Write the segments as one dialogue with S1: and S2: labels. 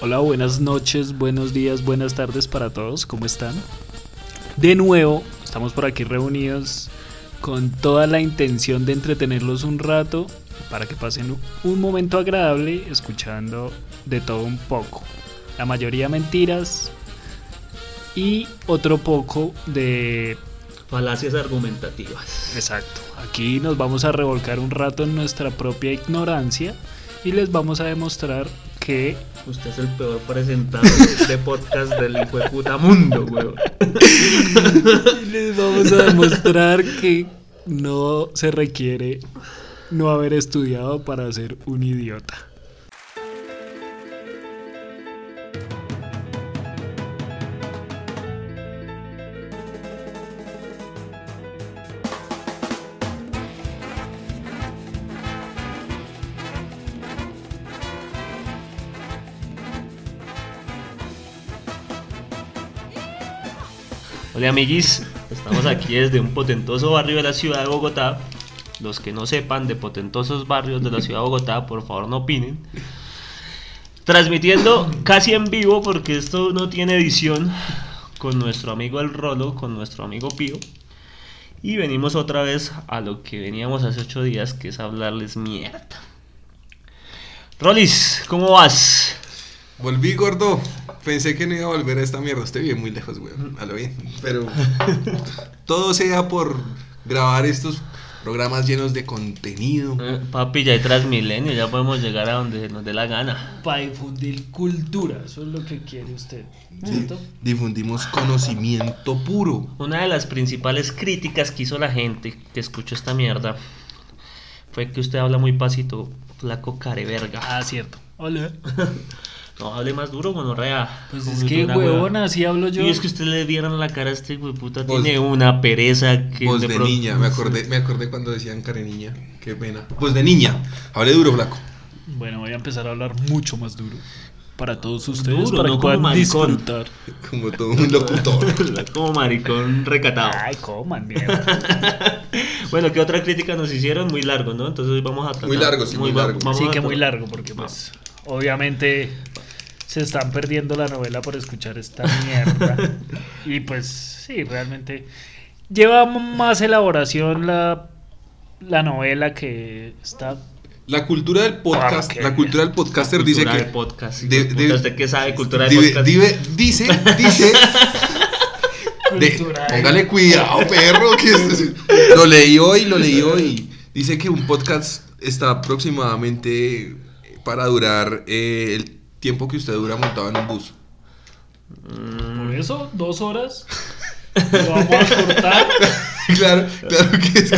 S1: Hola, buenas noches, buenos días, buenas tardes para todos. ¿Cómo están? De nuevo, estamos por aquí reunidos con toda la intención de entretenerlos un rato para que pasen un momento agradable escuchando de todo un poco. La mayoría mentiras y otro poco de...
S2: Falacias argumentativas.
S1: Exacto. Aquí nos vamos a revolcar un rato en nuestra propia ignorancia y les vamos a demostrar que
S2: Usted es el peor presentador de podcast del hijo de puta mundo, weón.
S1: les vamos a demostrar que no se requiere no haber estudiado para ser un idiota.
S2: Hola amiguis, estamos aquí desde un potentoso barrio de la ciudad de Bogotá. Los que no sepan de potentosos barrios de la ciudad de Bogotá, por favor no opinen. Transmitiendo casi en vivo, porque esto no tiene edición, con nuestro amigo El Rolo, con nuestro amigo Pío. Y venimos otra vez a lo que veníamos hace ocho días, que es hablarles mierda. Rolis, ¿cómo vas?
S3: Volví, gordo. Pensé que no iba a volver a esta mierda. Usted vive muy lejos, weón. A lo bien. Pero todo sea por grabar estos programas llenos de contenido.
S2: Eh, Papi, ya hay Transmilenio, ya podemos llegar a donde nos dé la gana.
S1: Para difundir cultura, eso es lo que quiere usted.
S3: Sí,
S1: ¿cierto?
S3: difundimos conocimiento puro.
S2: Una de las principales críticas que hizo la gente que escuchó esta mierda fue que usted habla muy pasito, flaco careverga.
S1: Ah, cierto. Hola.
S2: No hable más duro, gonorrea.
S1: Pues
S2: Como
S1: es
S2: si
S1: que
S2: fuera
S1: huevón, así hablo yo.
S2: Y es que usted le vieran la cara a este hueputa,
S3: Voz-
S2: tiene una pereza que
S3: Voz de
S2: pro-
S3: niña. Me acordé, me acordé cuando decían care niña. Qué pena. Voz de niña. Hablé duro, flaco.
S1: Bueno, voy a empezar a hablar mucho más duro. Para todos ustedes,
S2: Duro,
S1: para
S2: no
S1: que
S2: como
S1: puedan
S2: maricón.
S1: disfrutar.
S3: Como todo un locutor.
S2: Como maricón recatado.
S1: Ay, coman, mierda.
S2: Bueno, ¿qué otra crítica nos hicieron? Muy largo, ¿no? Entonces hoy vamos a tratar.
S3: Muy largo, sí, muy
S2: va-
S3: largo.
S2: vamos
S1: sí,
S2: a
S1: que muy
S2: tratar-
S1: largo, porque pues, obviamente se están perdiendo la novela por escuchar esta mierda. y pues, sí, realmente lleva m- más elaboración la, la novela que está.
S3: La cultura del podcast.
S1: Porquería.
S3: La cultura del podcaster dice
S2: cultura
S3: que.
S2: de podcast.
S3: de-
S2: hijo de
S3: de-
S2: puta, ¿Usted qué sabe? Cultura de
S3: Dive-
S2: podcast.
S3: dive- dice, dice. De- póngale cuidado, perro. Que es- lo leí hoy, lo leí hoy. Dice que un podcast está aproximadamente para durar eh, el tiempo que usted dura montado en un bus.
S2: Mm.
S1: Por eso, dos horas. Lo vamos a cortar.
S3: claro, claro que sí.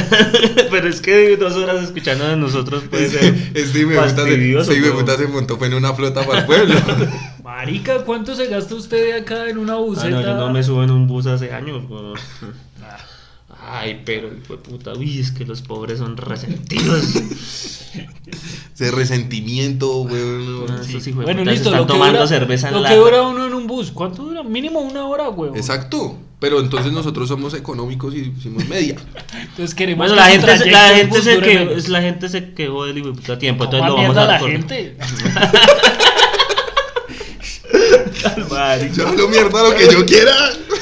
S2: Pero es que dos horas escuchando de nosotros puede ser.
S3: Este hijo de puta se,
S2: fastidioso,
S3: este hijo de
S2: pero-
S3: puta se montó fue en una flota para el pueblo.
S1: Marica, ¿cuánto se gasta usted acá en una
S2: Ah,
S1: buceta?
S2: no, yo no me subo en un bus hace años, weón.
S1: Ah,
S2: Ay, pero hijo de puta, uy, es que los pobres son resentidos.
S3: Ese resentimiento, weón.
S2: Ah, esos hijos de
S1: Bueno,
S2: puta se
S1: listo,
S2: están
S1: lo que,
S2: tomando
S1: dura,
S2: cerveza en
S1: lo
S2: lata.
S1: que dura uno en un bus. ¿Cuánto dura? Mínimo una hora, huevo.
S3: Exacto. Pero entonces nosotros somos económicos y hicimos media.
S1: Entonces queremos
S2: Bueno,
S1: que
S2: la
S1: su
S2: gente, se- la,
S1: trayecto en
S2: gente
S1: bus
S2: se
S1: dure
S2: que,
S1: menos.
S2: es la gente se quejó del hijo de puta tiempo, entonces
S1: Coma
S2: lo vamos
S1: mierda
S2: a
S1: la
S2: correr.
S1: gente.
S2: Marica.
S3: Yo hablo mierda lo que yo quiera.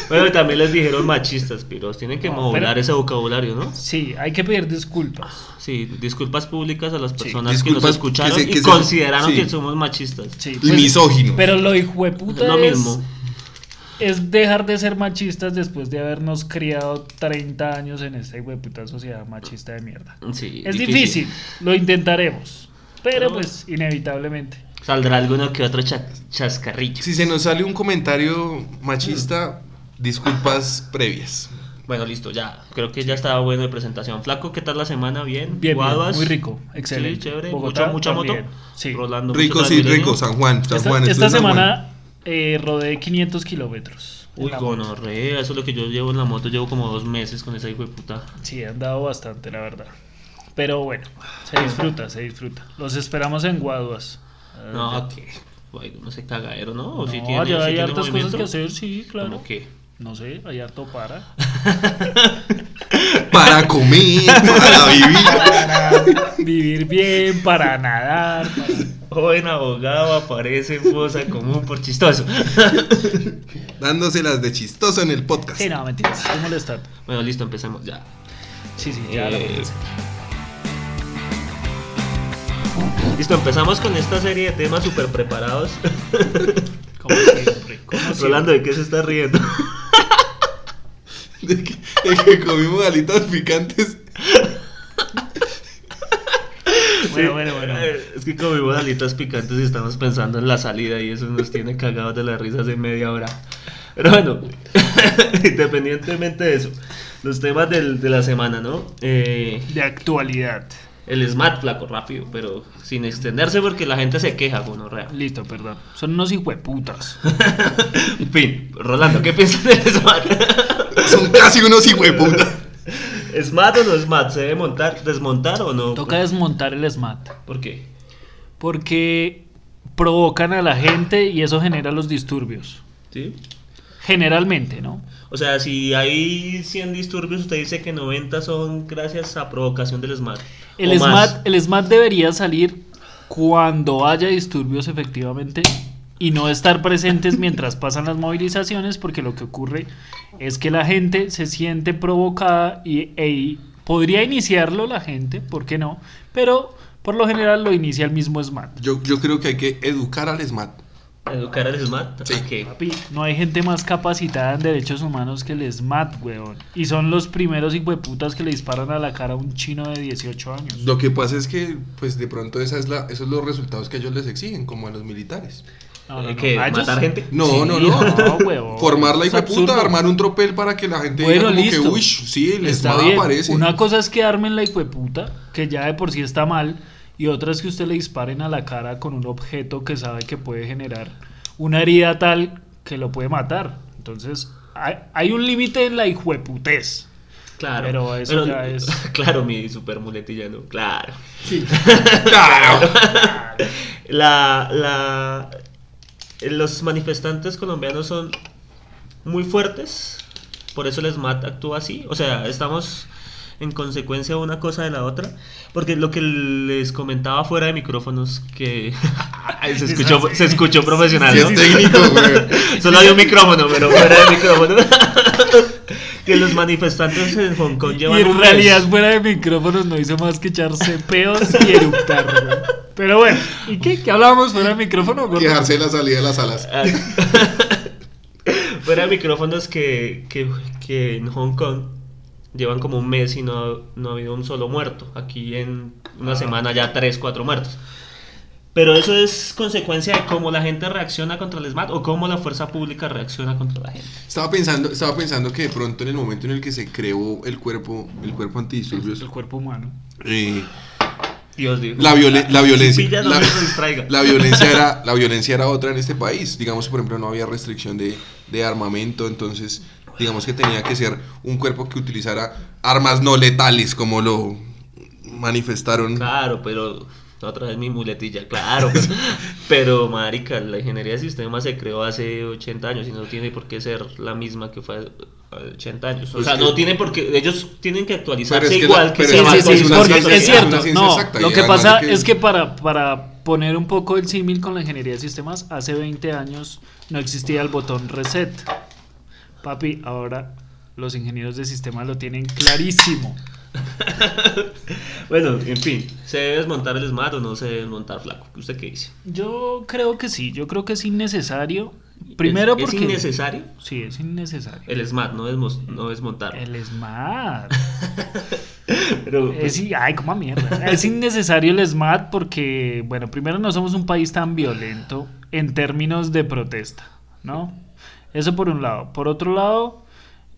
S2: Bueno, también les dijeron machistas, piros. Tienen que
S1: No,
S2: modular
S1: pero-
S2: ese vocabulario, ¿no?
S1: Sí, hay que pedir disculpas.
S2: Sí, disculpas públicas a las personas que nos
S3: disculpas
S2: escucharon
S3: que se-
S2: y
S3: que se-
S2: consideraron
S3: sí.
S2: que somos machistas.
S1: Sí, pues,
S3: Y misógino.
S1: Pero lo hijueputa
S2: Es lo
S1: es,
S2: mismo.
S1: es dejar de ser machistas después de habernos criado 30 años en esta hijueputa sociedad machista de mierda.
S2: Sí,
S1: Es difícil, lo intentaremos. Pero pues, inevitablemente.
S2: Saldrá alguno que otro cha- chascarrillo.
S3: Si se nos sale un comentario machista, disculpas previas.
S2: Bueno, listo, ya. Creo que ya estaba bueno de presentación. Flaco, ¿qué tal la semana? Bien,
S1: Bien, bien,
S2: Guaduas.
S1: muy rico,
S2: Sí,
S1: excelente.
S2: chévere.
S1: Bogotá,
S2: mucha, mucha moto.
S1: también. Sí.
S2: Rolando, mucho
S3: Rico, sí,
S2: Transmilenio.
S3: rico, San Juan, San
S1: Esta,
S3: Juan. esto
S1: esta
S3: es San Juan.
S1: semana eh, rodeé 500 kilómetros. en
S2: Uy,
S1: la moto.
S2: gonorrea, eso es lo que yo llevo en la moto. Llevo como dos meses con esa hijo de puta.
S1: Sí, han dado bastante, la verdad. Pero bueno, se disfruta, se disfruta. Los esperamos en Guaduas. Ah,
S2: No, que. Bueno, no sé, cagadero, ¿no?
S1: No,
S2: ¿O si tiene,
S1: ya hay
S2: si tiene
S1: hartas cosas
S2: movimiento?
S1: que hacer, sí, claro.
S2: ¿Cómo qué?
S1: No sé, hay harto para.
S3: Para comer, para vivir.
S1: Para vivir bien, para nadar, para
S2: Joven abogado aparece en fosa común por chistoso.
S3: Dándoselas de chistoso en el podcast.
S1: Sí, no, mentiras, estoy molestando.
S2: Bueno, listo, empecemos ya.
S1: Sí, sí, ya la
S2: Eh,
S1: comencé.
S2: Listo, empezamos con esta serie de temas súper preparados.
S1: Como siempre, como siempre.
S2: Rolando, ¿de qué se está riendo?
S3: De que, de que comimos alitas picantes.
S1: Bueno, Ah, bueno, bueno.
S2: Eh, Es que comimos alitas picantes y estamos pensando en la salida y eso nos tiene cagados de las risas de media hora. Pero bueno, independientemente de eso, los temas del- de la semana, ¿no? Eh,
S1: De actualidad.
S2: el smart flaco rápido, pero sin extenderse porque la gente se queja, gonorrea.
S1: Listo, perdón. Son unos hijueputas.
S2: En fin, Rolando, ¿qué piensas del SMAT?
S3: Son casi unos hijueputa.
S2: ¿SMAT o no SMAT? ¿Se debe montar, desmontar o no?
S1: Toca desmontar el SMAT.
S2: ¿Por qué?
S1: Porque provocan a la gente y eso genera los disturbios.
S2: ¿Sí?
S1: Generalmente, ¿no?
S2: O sea, si hay 100 disturbios, usted dice que 90 son gracias a provocación del SMAT.
S1: El
S2: o más.
S1: SMAT, el SMAT debería salir cuando haya disturbios efectivamente y no estar presentes mientras pasan las movilizaciones porque lo que ocurre es que la gente se siente provocada y e- y podría iniciarlo la gente, ¿por qué no? Pero por lo general lo inicia el mismo SMAT.
S3: Yo, yo creo que hay que educar al SMAT.
S2: ¿Educar al Ah, SMAT?
S3: Sí.
S2: ¿A qué?
S1: Papi, no hay gente más capacitada en derechos humanos que el SMAT, weón. Y son los primeros hijueputas que le disparan a la cara a un chino de 18 años.
S3: Lo que pasa es que, pues de pronto, esa es la, esos son los resultados que ellos les exigen, como a los militares.
S1: No, no, no.
S2: ¿Qué?
S1: A ellos-
S2: ¿Matar gente?
S3: No,
S1: Sí,
S3: no, no.
S1: no, huevón.
S3: Formar la
S1: Es
S3: hijueputa,
S1: absurdo.
S3: armar un tropel para que la gente
S1: Bueno,
S3: diga como
S1: listo.
S3: que, uy, sí, el
S1: Está
S3: SMAT
S1: bien.
S3: aparece.
S1: Una cosa es que armen la hijueputa, que ya de por sí está mal, y otra es que usted le disparen a la cara con un objeto que sabe que puede generar una herida tal que lo puede matar. Entonces, hay, hay un límite en la hijueputez.
S2: Claro.
S1: Pero eso ya es-
S2: Claro, mi super muletilla, ¿no? Claro.
S3: Claro.
S2: La, la, los manifestantes colombianos son muy fuertes, por eso el SMAT actúa así. O sea, estamos en consecuencia una cosa de la otra, porque lo que les comentaba fuera de micrófonos que Ay, se escuchó, se escuchó profesional.
S3: Sí,
S2: ¿no?
S3: es técnico, güey.
S2: Solo había un micrófono, pero fuera de micrófono. que los manifestantes en Hong Kong
S1: Y
S2: llevan
S1: en
S2: un mes.
S1: realidad, fuera de micrófonos, no hizo más que echarse peos y eructar. güey. Pero bueno, ¿y qué? ¿Qué hablábamos fuera de micrófono? gordo?
S3: Quejarse de la salida de las alas.
S2: Ah. Fuera de micrófonos que, que, que en Hong Kong llevan como un mes y no, no ha habido un solo muerto. Aquí en
S3: Ah.
S2: una semana ya tres, cuatro muertos. Pero eso es consecuencia de cómo la gente reacciona contra el SMAT o cómo la fuerza pública reacciona contra la gente.
S3: Estaba pensando, estaba pensando que de pronto en el momento en el que se creó el cuerpo, el cuerpo antidisturbios,
S1: El cuerpo humano.
S3: eh,
S2: Dios dijo.
S3: la, viole- la violencia,
S2: Pilla, no
S3: la,
S2: me distraiga.
S3: la violencia era, la violencia era otra en este país. Digamos que por ejemplo no había restricción de, de armamento, entonces digamos que tenía que ser un cuerpo que utilizara armas no letales, como lo manifestaron.
S2: Claro, pero otra vez mi muletilla, claro. pero, marica, la ingeniería de sistemas se creó hace 80 años y no tiene por qué ser la misma que fue hace 80 años. O
S3: Pues
S2: sea,
S3: que-
S2: no tiene por qué. Ellos tienen que actualizarse
S3: Pero es que
S2: igual
S3: la-
S2: que
S3: pero
S2: se
S1: Sí,
S2: va
S1: sí, sí,
S3: es una
S2: actualizando
S1: porque
S2: la
S3: ciencia-
S1: es
S2: sociedad.
S1: cierto.
S3: una ciencia
S1: No,
S3: exacta,
S1: lo
S3: y
S1: que
S3: además
S1: pasa
S3: de que-
S1: es que para, para poner un poco el símil con la ingeniería de sistemas, hace 20 años no existía el botón reset. Papi, ahora los ingenieros de sistemas lo tienen clarísimo.
S2: Bueno, en fin, ¿se debe desmontar el SMAT o no se debe desmontar, Flaco? ¿Usted qué dice?
S1: Yo creo que sí, yo creo que es innecesario. Primero
S2: ¿Es,
S1: porque...
S2: ¿Es innecesario?
S1: Sí, es innecesario.
S2: El SMAT, no, desmos- no desmontarlo.
S1: El SMAT.
S2: Pero, pues,
S1: Es, i- Eh, ay, como mierda. Es innecesario el SMAT porque, bueno, primero no somos un país tan violento en términos de protesta, ¿no? Eso por un lado. Por otro lado,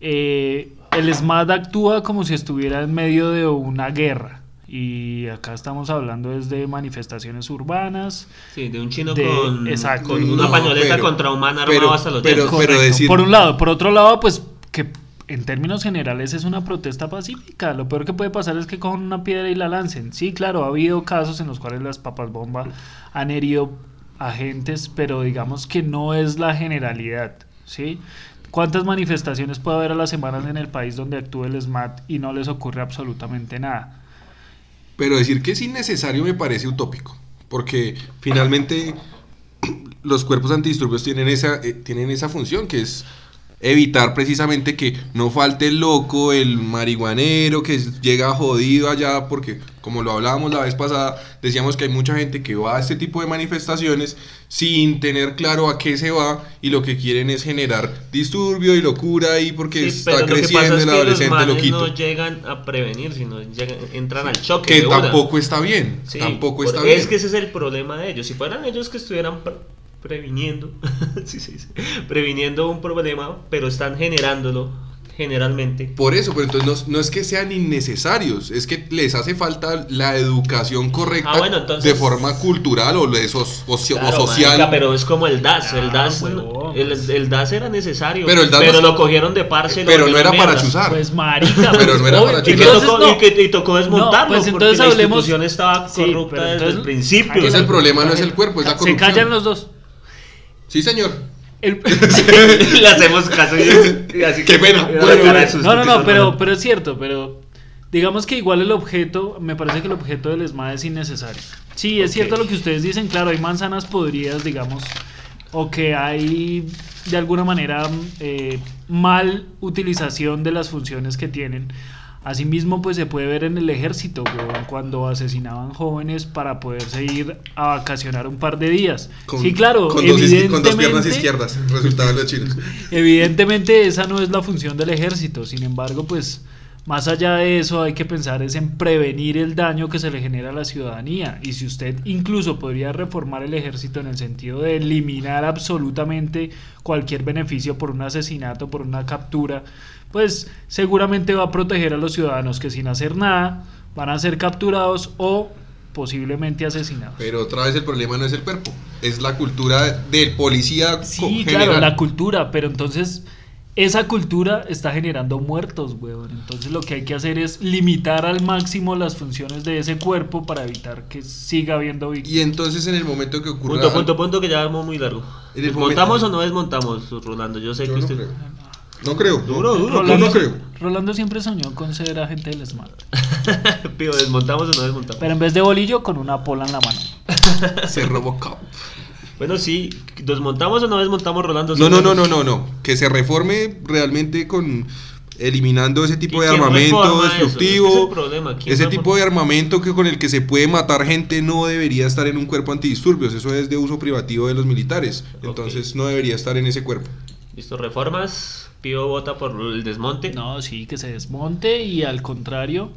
S1: eh, el SMAT actúa como si estuviera en medio de una guerra. Y acá estamos hablando desde manifestaciones urbanas.
S2: sí, de un chino
S1: de-
S2: con,
S1: exacto.
S2: con una
S3: No,
S2: pañoleta
S3: pero-
S2: contra humana armado
S3: pero-
S2: hasta los
S3: pero-
S2: dientes.
S3: decir-
S1: Por un lado. Por otro lado, pues que en términos generales es una protesta pacífica. Lo peor que puede pasar es que cojan una piedra y la lancen. Sí, claro, ha habido casos en los cuales las papas bomba han herido agentes, pero digamos que no es la generalidad. ¿sí? ¿Cuántas manifestaciones puede haber a las semanas en el país donde actúa el SMAT y no les ocurre absolutamente nada?
S3: Pero decir que es innecesario me parece utópico. Porque finalmente los cuerpos antidisturbios tienen esa, eh, tienen esa función que es evitar precisamente que no falte el loco, el marihuanero que llega jodido allá, porque como lo hablábamos la vez pasada, decíamos que hay mucha gente que va a este tipo de manifestaciones sin tener claro a qué se va y lo que quieren es generar disturbio y locura y porque
S2: Sí, pero lo
S3: está
S2: que pasa
S3: creciendo
S2: es
S3: el
S2: que
S3: adolescente
S2: los manes
S3: loquito.
S2: no llegan a prevenir, sino llegan- entran al choque.
S3: que
S2: de una.
S3: tampoco está bien,
S2: Sí,
S3: tampoco
S2: por-
S3: está
S2: Es
S3: bien.
S2: que ese es el problema de ellos. Si fueran ellos que estuvieran pre- previniendo, sí, sí, sí, previniendo un problema, pero están generándolo generalmente.
S3: Por eso, pero entonces no, no es que sean innecesarios, es que les hace falta la educación correcta
S2: Ah, bueno, entonces-
S3: de forma cultural o, de socio- o
S2: Claro,
S3: social.
S2: marica, pero es como el DAS.
S1: Ah,
S2: el, DAS
S1: huevón. pues.
S2: el, el DAS era necesario.
S3: Pero el DAS no-
S2: lo cogieron de parche. lo
S3: pero no
S2: volvieron
S3: era para
S2: mierda.
S3: chuzar.
S1: Pues marica,
S3: Ah. Pero
S1: pues,
S3: no era
S1: obvio.
S3: para
S2: Y que,
S3: Entonces,
S2: tocó, y, que, y tocó desmontarlo.
S1: No, pues,
S2: porque
S1: entonces
S2: la
S1: hablemos-
S2: institución estaba
S1: Sí, pero
S2: corrupta desde
S1: entonces-
S2: el principio.
S3: Entonces el
S1: Exacto.
S3: problema no es el cuerpo, es la
S1: se
S3: corrupción.
S1: callan los dos.
S3: Sí, señor.
S1: El-
S2: Le hacemos caso. y- y así
S3: Qué
S2: que-
S3: pena.
S2: y la
S3: Bueno,
S2: cara de
S3: bueno.
S2: susto
S1: no, no,
S2: que
S1: no,
S2: se
S1: pero,
S2: roba.
S1: pero es cierto, pero digamos que igual el objeto, me parece que el objeto del ESMAD es innecesario. Sí, es
S2: Ok.
S1: cierto lo que ustedes dicen, claro, hay manzanas podridas, digamos, o que hay de alguna manera eh, mal utilización de las funciones que tienen. Asimismo, pues se puede ver en el ejército, huevón, cuando asesinaban jóvenes para poderse ir a vacacionar un par de días. sí, claro,
S3: Con dos, isqui- con dos piernas
S1: evidentemente-
S3: izquierdas, resultaban los chinos.
S1: Evidentemente esa no es la función del ejército, sin embargo, pues más allá de eso hay que pensar es en prevenir el daño que se le genera a la ciudadanía y si usted incluso podría reformar el ejército en el sentido de eliminar absolutamente cualquier beneficio por un asesinato, por una captura, pues seguramente va a proteger a los ciudadanos que sin hacer nada van a ser capturados o posiblemente asesinados.
S3: Pero otra vez el problema no es el cuerpo, es la cultura del policía co-
S1: Sí,
S3: general.
S1: claro, la cultura, pero entonces esa cultura está generando muertos, weón. Entonces lo que hay que hacer es limitar al máximo las funciones de ese cuerpo para evitar que siga habiendo víctimas.
S3: y entonces en el momento que ocurra...
S2: Punto, punto, punto, que ya vamos muy largo.
S3: En el
S2: ¿Desmontamos
S3: momento-
S2: o no desmontamos, Rolando? Yo sé
S3: Yo
S2: que
S3: no
S2: usted.
S3: creo. No creo. no-
S2: Duro, duro,
S3: Yo
S1: Rolando,
S3: no creo.
S1: Rolando siempre soñó con ser agente del SMAT,
S2: Pido, ¿desmontamos o no desmontamos?
S1: pero en vez de bolillo con una pola en la mano.
S3: Se Robocop.
S2: Bueno, sí, ¿desmontamos o no desmontamos, Rolando?
S3: No, no, no, no, no, no. Que se reforme realmente con eliminando ese tipo
S2: ¿Y
S3: de
S2: quién
S3: armamento
S2: reforma eso?
S3: destructivo.
S2: Ese es el problema, ¿quién
S3: Ese
S2: reforma?
S3: tipo de armamento que con el que se puede matar gente no debería estar en un cuerpo antidisturbios. Eso es de uso privativo de los militares.
S2: Ok.
S3: Entonces no debería estar en ese cuerpo.
S2: Listo, reformas. Pío vota por el desmonte.
S1: No, sí, que se desmonte y al contrario.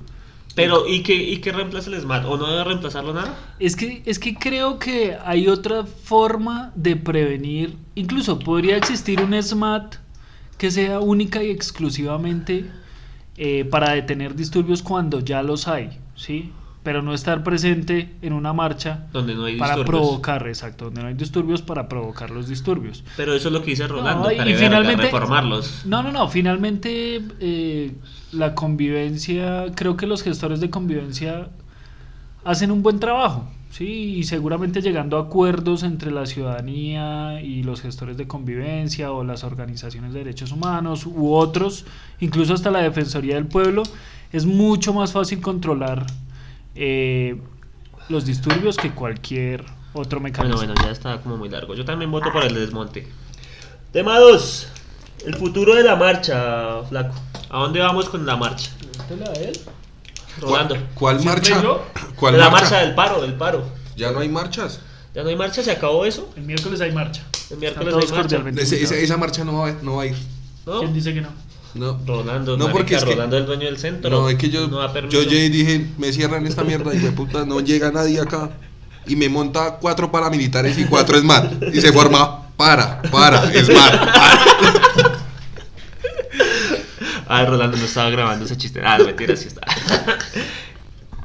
S2: Pero, ¿y qué, ¿y qué reemplaza el SMAT? ¿O no debe reemplazarlo nada?
S1: Es que, es que creo que hay otra forma de prevenir. Incluso podría existir un SMAT que sea única y exclusivamente eh, para detener disturbios cuando ya los hay, ¿sí? Pero no estar presente en una marcha
S2: Donde no hay
S1: para
S2: disturbios.
S1: provocar, exacto, donde no hay disturbios para provocar los disturbios.
S2: Pero eso es lo que dice Rolando,
S1: No,
S2: no,
S1: y finalmente-
S2: reformarlos.
S1: No, no, no, finalmente eh, la convivencia, creo que los gestores de convivencia hacen un buen trabajo, sí, y seguramente llegando a acuerdos entre la ciudadanía y los gestores de convivencia o las organizaciones de derechos humanos u otros, incluso hasta la Defensoría del Pueblo, es mucho más fácil controlar eh, los disturbios que cualquier otro mecanismo.
S2: Bueno, bueno, ya está como muy largo. Yo también voto por el desmonte. Tema 2. El futuro de la marcha, flaco. ¿A dónde vamos con la marcha? Rolando.
S3: ¿Cuál, cuál
S1: ¿Siempre
S3: marcha?
S1: yo?
S3: ¿Cuál
S2: la
S3: marcha?
S2: marcha del paro, del paro.
S3: Ya no hay marchas.
S2: ¿Ya no hay marcha? ¿Se acabó eso?
S1: El miércoles hay marcha.
S2: El
S1: Están
S2: miércoles
S1: todos
S2: hay marcha.
S1: cordialmente
S3: Ese- esa,
S1: invitados.
S3: esa marcha no va, a- no va a ir.
S2: ¿No?
S1: ¿Quién dice que no?
S3: No.
S2: Rolando,
S3: No,
S2: no, porque
S3: porque es que-
S2: Rolando es el dueño del centro.
S3: No, es que yo,
S2: no da permiso.
S3: yo llegué y dije, me cierran esta mierda y de puta, no llega nadie acá. Y me monta cuatro paramilitares y cuatro ESMAD. Y se forma para, para, ESMAD, para.
S2: Ah, Rolando no estaba grabando ese chiste. Ah, mentira, sí está.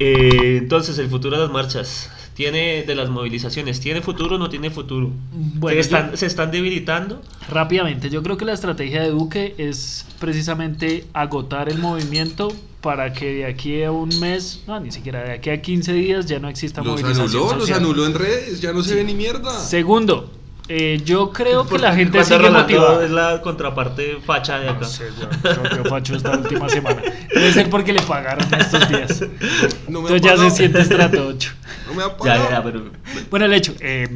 S2: Eh, entonces, el futuro de las marchas. Tiene de las movilizaciones, ¿tiene futuro o no tiene futuro?
S1: Bueno,
S2: ¿Se, están,
S1: yo-
S2: se están debilitando?
S1: Rápidamente, yo creo que la estrategia de Duque es precisamente agotar el movimiento para que de aquí a un mes, no, ni siquiera de aquí a 15 días ya no exista
S3: Ah, Los
S1: movilización
S3: anuló, los
S1: social.
S3: anuló en redes, ya no se ve ni mierda.
S1: Segundo, Eh, yo creo que
S2: Porque
S1: la gente
S2: cuando
S1: sigue
S2: Rolando
S1: motivada.
S2: Es la contraparte facha de acá.
S1: No sé, weón, yo creo facho esta última semana. Debe ser porque le pagaron estos días.
S3: No
S1: Entonces ya
S3: apagó.
S1: se siente estrato 8.
S3: No me apagó.
S2: Ya, ya, pero.
S1: Bueno, el hecho. eh,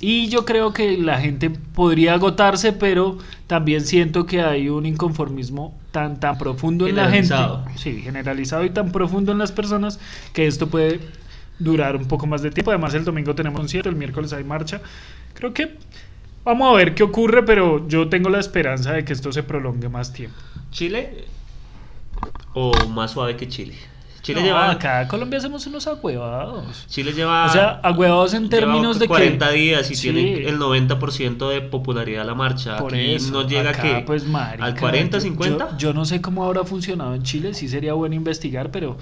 S1: y yo creo que la gente podría agotarse, pero también siento que hay un inconformismo tan, tan profundo en la gente.
S2: Generalizado.
S1: Sí, generalizado y tan profundo en las personas que esto puede durar un poco más de tiempo. Además, el domingo tenemos concierto, el miércoles hay marcha. Creo que vamos a ver qué ocurre, pero yo tengo la esperanza de que esto se prolongue más tiempo.
S2: ¿Chile? O más suave que Chile. Chile
S1: No,
S2: lleva.
S1: acá en Colombia hacemos unos acuevados.
S2: Chile lleva.
S1: O sea, agüevados en
S2: lleva
S1: términos de que-
S2: 40 días y
S1: Sí.
S2: tiene el 90% de popularidad la marcha.
S1: Por
S2: Aquí
S1: eso,
S2: no llega
S1: acá,
S2: que.
S1: pues, marica,
S2: al 40,
S1: yo-
S2: 50.
S1: Yo, yo no sé cómo habrá funcionado en Chile, sí sería bueno investigar, pero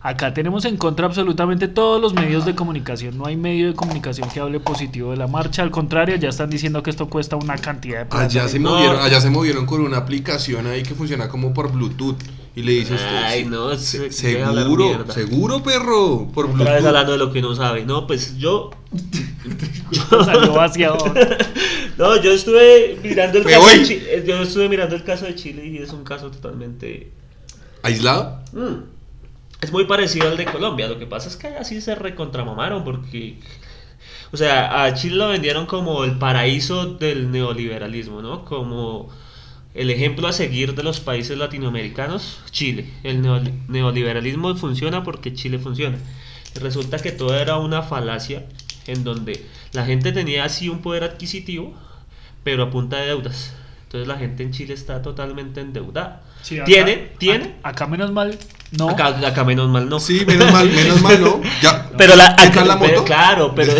S1: acá tenemos en contra absolutamente todos los medios de comunicación. No hay medio de comunicación que hable positivo de la marcha, al contrario, ya están diciendo que esto cuesta una cantidad de plata.
S3: Allá Ah, se,
S2: No.
S3: movieron, allá se movieron con una aplicación ahí que funciona como por Bluetooth. Y le dice usted.
S2: Ay,
S3: "Sí,
S2: no, se- voy a hablar
S3: seguro,
S2: mierda".
S3: seguro, perro. Por
S2: Otra vez
S3: Bluetooth.
S2: hablando de lo que no sabe. No, pues yo.
S1: Salió vaciado.
S2: No, yo estuve mirando el
S3: Me
S2: caso de
S3: voy.
S2: Chile. Yo estuve mirando el caso de Chile y es un caso totalmente.
S3: ¿Aislado?
S2: Mm. Es muy parecido al de Colombia. Lo que pasa es que allá sí se recontramamaron porque. O sea, a Chile lo vendieron como el paraíso del neoliberalismo, ¿no? Como el ejemplo a seguir de los países latinoamericanos, Chile. El neo- neoliberalismo funciona porque Chile funciona. Resulta que todo era una falacia en donde la gente tenía así un poder adquisitivo, pero a punta de deudas. Entonces la gente en Chile está totalmente endeudada.
S1: Sí, acá-
S2: tiene, tiene,
S1: a- Acá menos mal, no.
S2: Acá, acá menos mal no.
S3: Sí, menos mal, menos mal, ¿no? Ya.
S2: Pero la,
S3: ¿Tocar la
S2: pero
S3: moto?
S2: claro, pero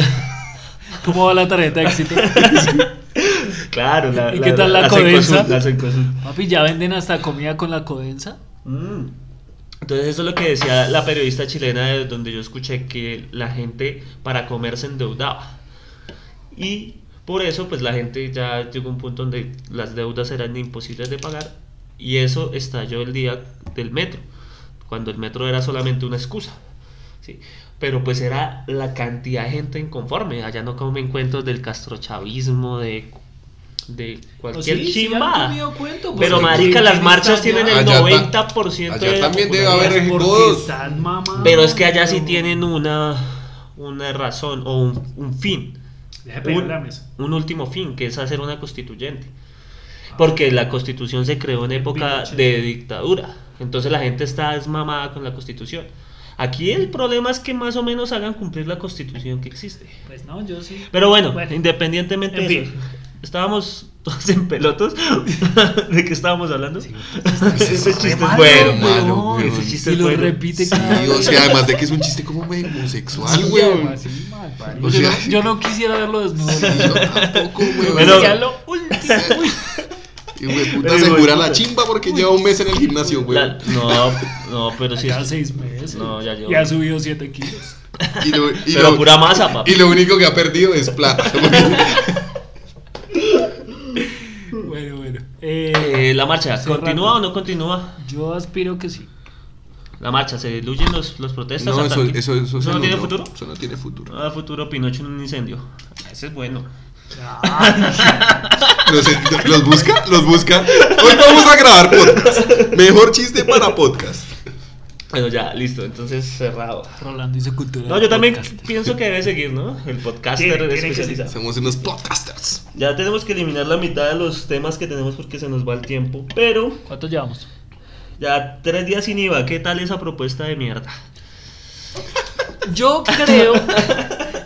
S1: ¿Cómo va la tarjeta de éxito?
S2: claro, la,
S1: ¿Y qué tal la codensa?
S2: Cencosud, la Cencosud.
S1: Papi, ya venden hasta comida con la codensa.
S2: Mm. Entonces eso es lo que decía la periodista chilena de donde yo escuché que la gente para comer se endeudaba. Y por eso pues la gente ya llegó a un punto donde las deudas eran imposibles de pagar y eso estalló el día del metro, cuando el metro era solamente una excusa. ¿sí? Pero pues era la cantidad de gente inconforme, allá no comen cuentos del castrochavismo, de, de cualquier
S1: Pues sí, sí, han
S2: chimba.
S1: comido cuento, pues,
S2: Pero
S1: que-
S2: marica,
S1: que-
S2: las
S1: que
S2: marchas
S1: está
S2: tienen
S1: ya-
S2: el
S3: Allá ta-
S2: 90%
S3: allá
S2: de
S3: también debe
S2: popularidad.
S3: haber-
S1: Porque
S3: todos.
S1: están mamados,
S2: Pero es que allá sí
S1: pero-
S2: tienen una, una razón o un, un fin.
S1: Deja de pegar
S2: Un,
S1: Eh, la mesa. Ah.
S2: un último fin, que es hacer una constituyente. Porque la constitución se creó en época
S1: Pinochet.
S2: de dictadura. Entonces la gente está desmamada con la constitución. Aquí el problema es que más o menos hagan cumplir la constitución que existe.
S1: Pues no, yo sí.
S2: Pero bueno,
S1: Bueno.
S2: independientemente
S1: En
S2: de eso,
S1: fin.
S2: estábamos todos en pelotos. ¿De qué estábamos hablando?
S1: Sí,
S2: ese chiste
S1: Re
S2: es
S1: malo,
S2: bueno.
S1: weón.
S3: malo,
S2: ese
S3: weón.
S2: chiste
S1: Y
S2: es
S1: lo
S2: bueno.
S1: repite
S3: Sí,
S1: cada
S3: o sea, además de que es un chiste como medio homosexual,
S1: Sí,
S3: weón.
S1: además, sí, mal parido.
S3: O
S1: yo,
S3: sea-
S1: no, yo no quisiera verlo desnudo.
S3: Yo tampoco, weón.
S2: Bueno.
S1: Ya lo último.
S3: Y güey, puta
S2: Pero,
S3: segura
S2: hijo de
S3: la
S2: puta.
S3: chimba porque lleva un mes en el gimnasio,
S2: La-
S3: weón.
S2: no, no, pero sí.
S1: Cada
S2: es-
S1: seis meses.
S2: No, ya llevo.
S1: Y ha subido 7 kilos.
S3: Y lo, y
S2: pero
S3: lo-
S2: pura masa, papá.
S3: y lo único que ha perdido es plata.
S1: Bueno, bueno. Eh,
S2: Eh, la marcha,
S1: Hace
S2: ¿continúa
S1: rato.
S2: o no continúa?
S1: yo aspiro que sí.
S2: La marcha, ¿se diluyen los, los protestas?
S3: No,
S2: ¿Hasta
S3: eso,
S2: aquí?
S3: eso, eso,
S2: ¿Eso
S3: se
S2: no tiene
S3: anuló.
S2: futuro?
S3: Eso no tiene futuro.
S2: No da futuro, Pinocho en un incendio. Ah, Ese es bueno.
S3: No sé, ¿Los busca? ¿Los busca? Hoy vamos a grabar podcast. Mejor chiste para podcast.
S2: Bueno, ya, listo, entonces cerrado.
S1: Rolando dice cultura.
S2: No,
S1: del
S2: yo también
S1: podcast.
S2: pienso que debe seguir, ¿no? El
S1: Tiene-
S2: podcaster
S1: tiene que seguir.
S2: especializado.
S3: Somos unos podcasters.
S2: Ya tenemos que eliminar la mitad de los temas que tenemos porque se nos va el tiempo. Pero
S1: ¿Cuánto llevamos?
S2: ya tres días sin IVA, ¿qué tal esa propuesta de mierda?
S1: Yo creo.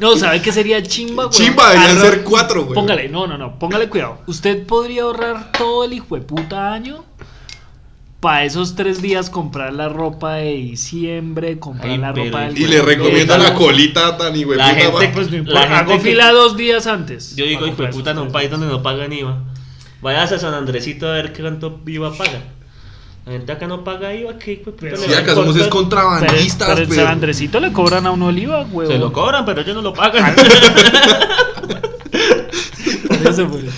S1: No, ¿sabe qué sería chimba, güey?
S3: Chimba, deberían
S1: Arran-
S3: ser cuatro, güey.
S1: Póngale, no, no, no, póngale cuidado. Usted podría ahorrar todo el hijo de puta año para esos tres días comprar la ropa de diciembre, comprar
S2: Ay,
S1: la
S2: pero
S1: ropa del.
S3: Y le recomiendo
S2: Bueno,
S3: la colita a Dani, güey.
S2: la
S3: puta
S2: gente
S3: madre.
S1: Pues no
S2: La
S1: importa, hago
S2: gente que-
S1: fila dos días antes.
S2: Yo digo,
S1: para
S2: hijo de
S1: comprar
S2: puta, en
S1: esos
S2: un
S1: tres
S2: país donde no pagan IVA. Vayas a San Andresito a ver qué tanto IVA paga. La gente acá no paga IVA, ¿qué hijo de puta
S1: Pero-
S2: le
S3: Si
S2: va a
S3: acá somos es
S2: importar?
S1: días.
S3: contrabandistas,
S1: Pero, pero en
S3: pero-
S1: San Andresito le cobran a un oliva, güey.
S2: Se lo cobran, pero ellos no lo pagan.
S1: Por eso, por eso.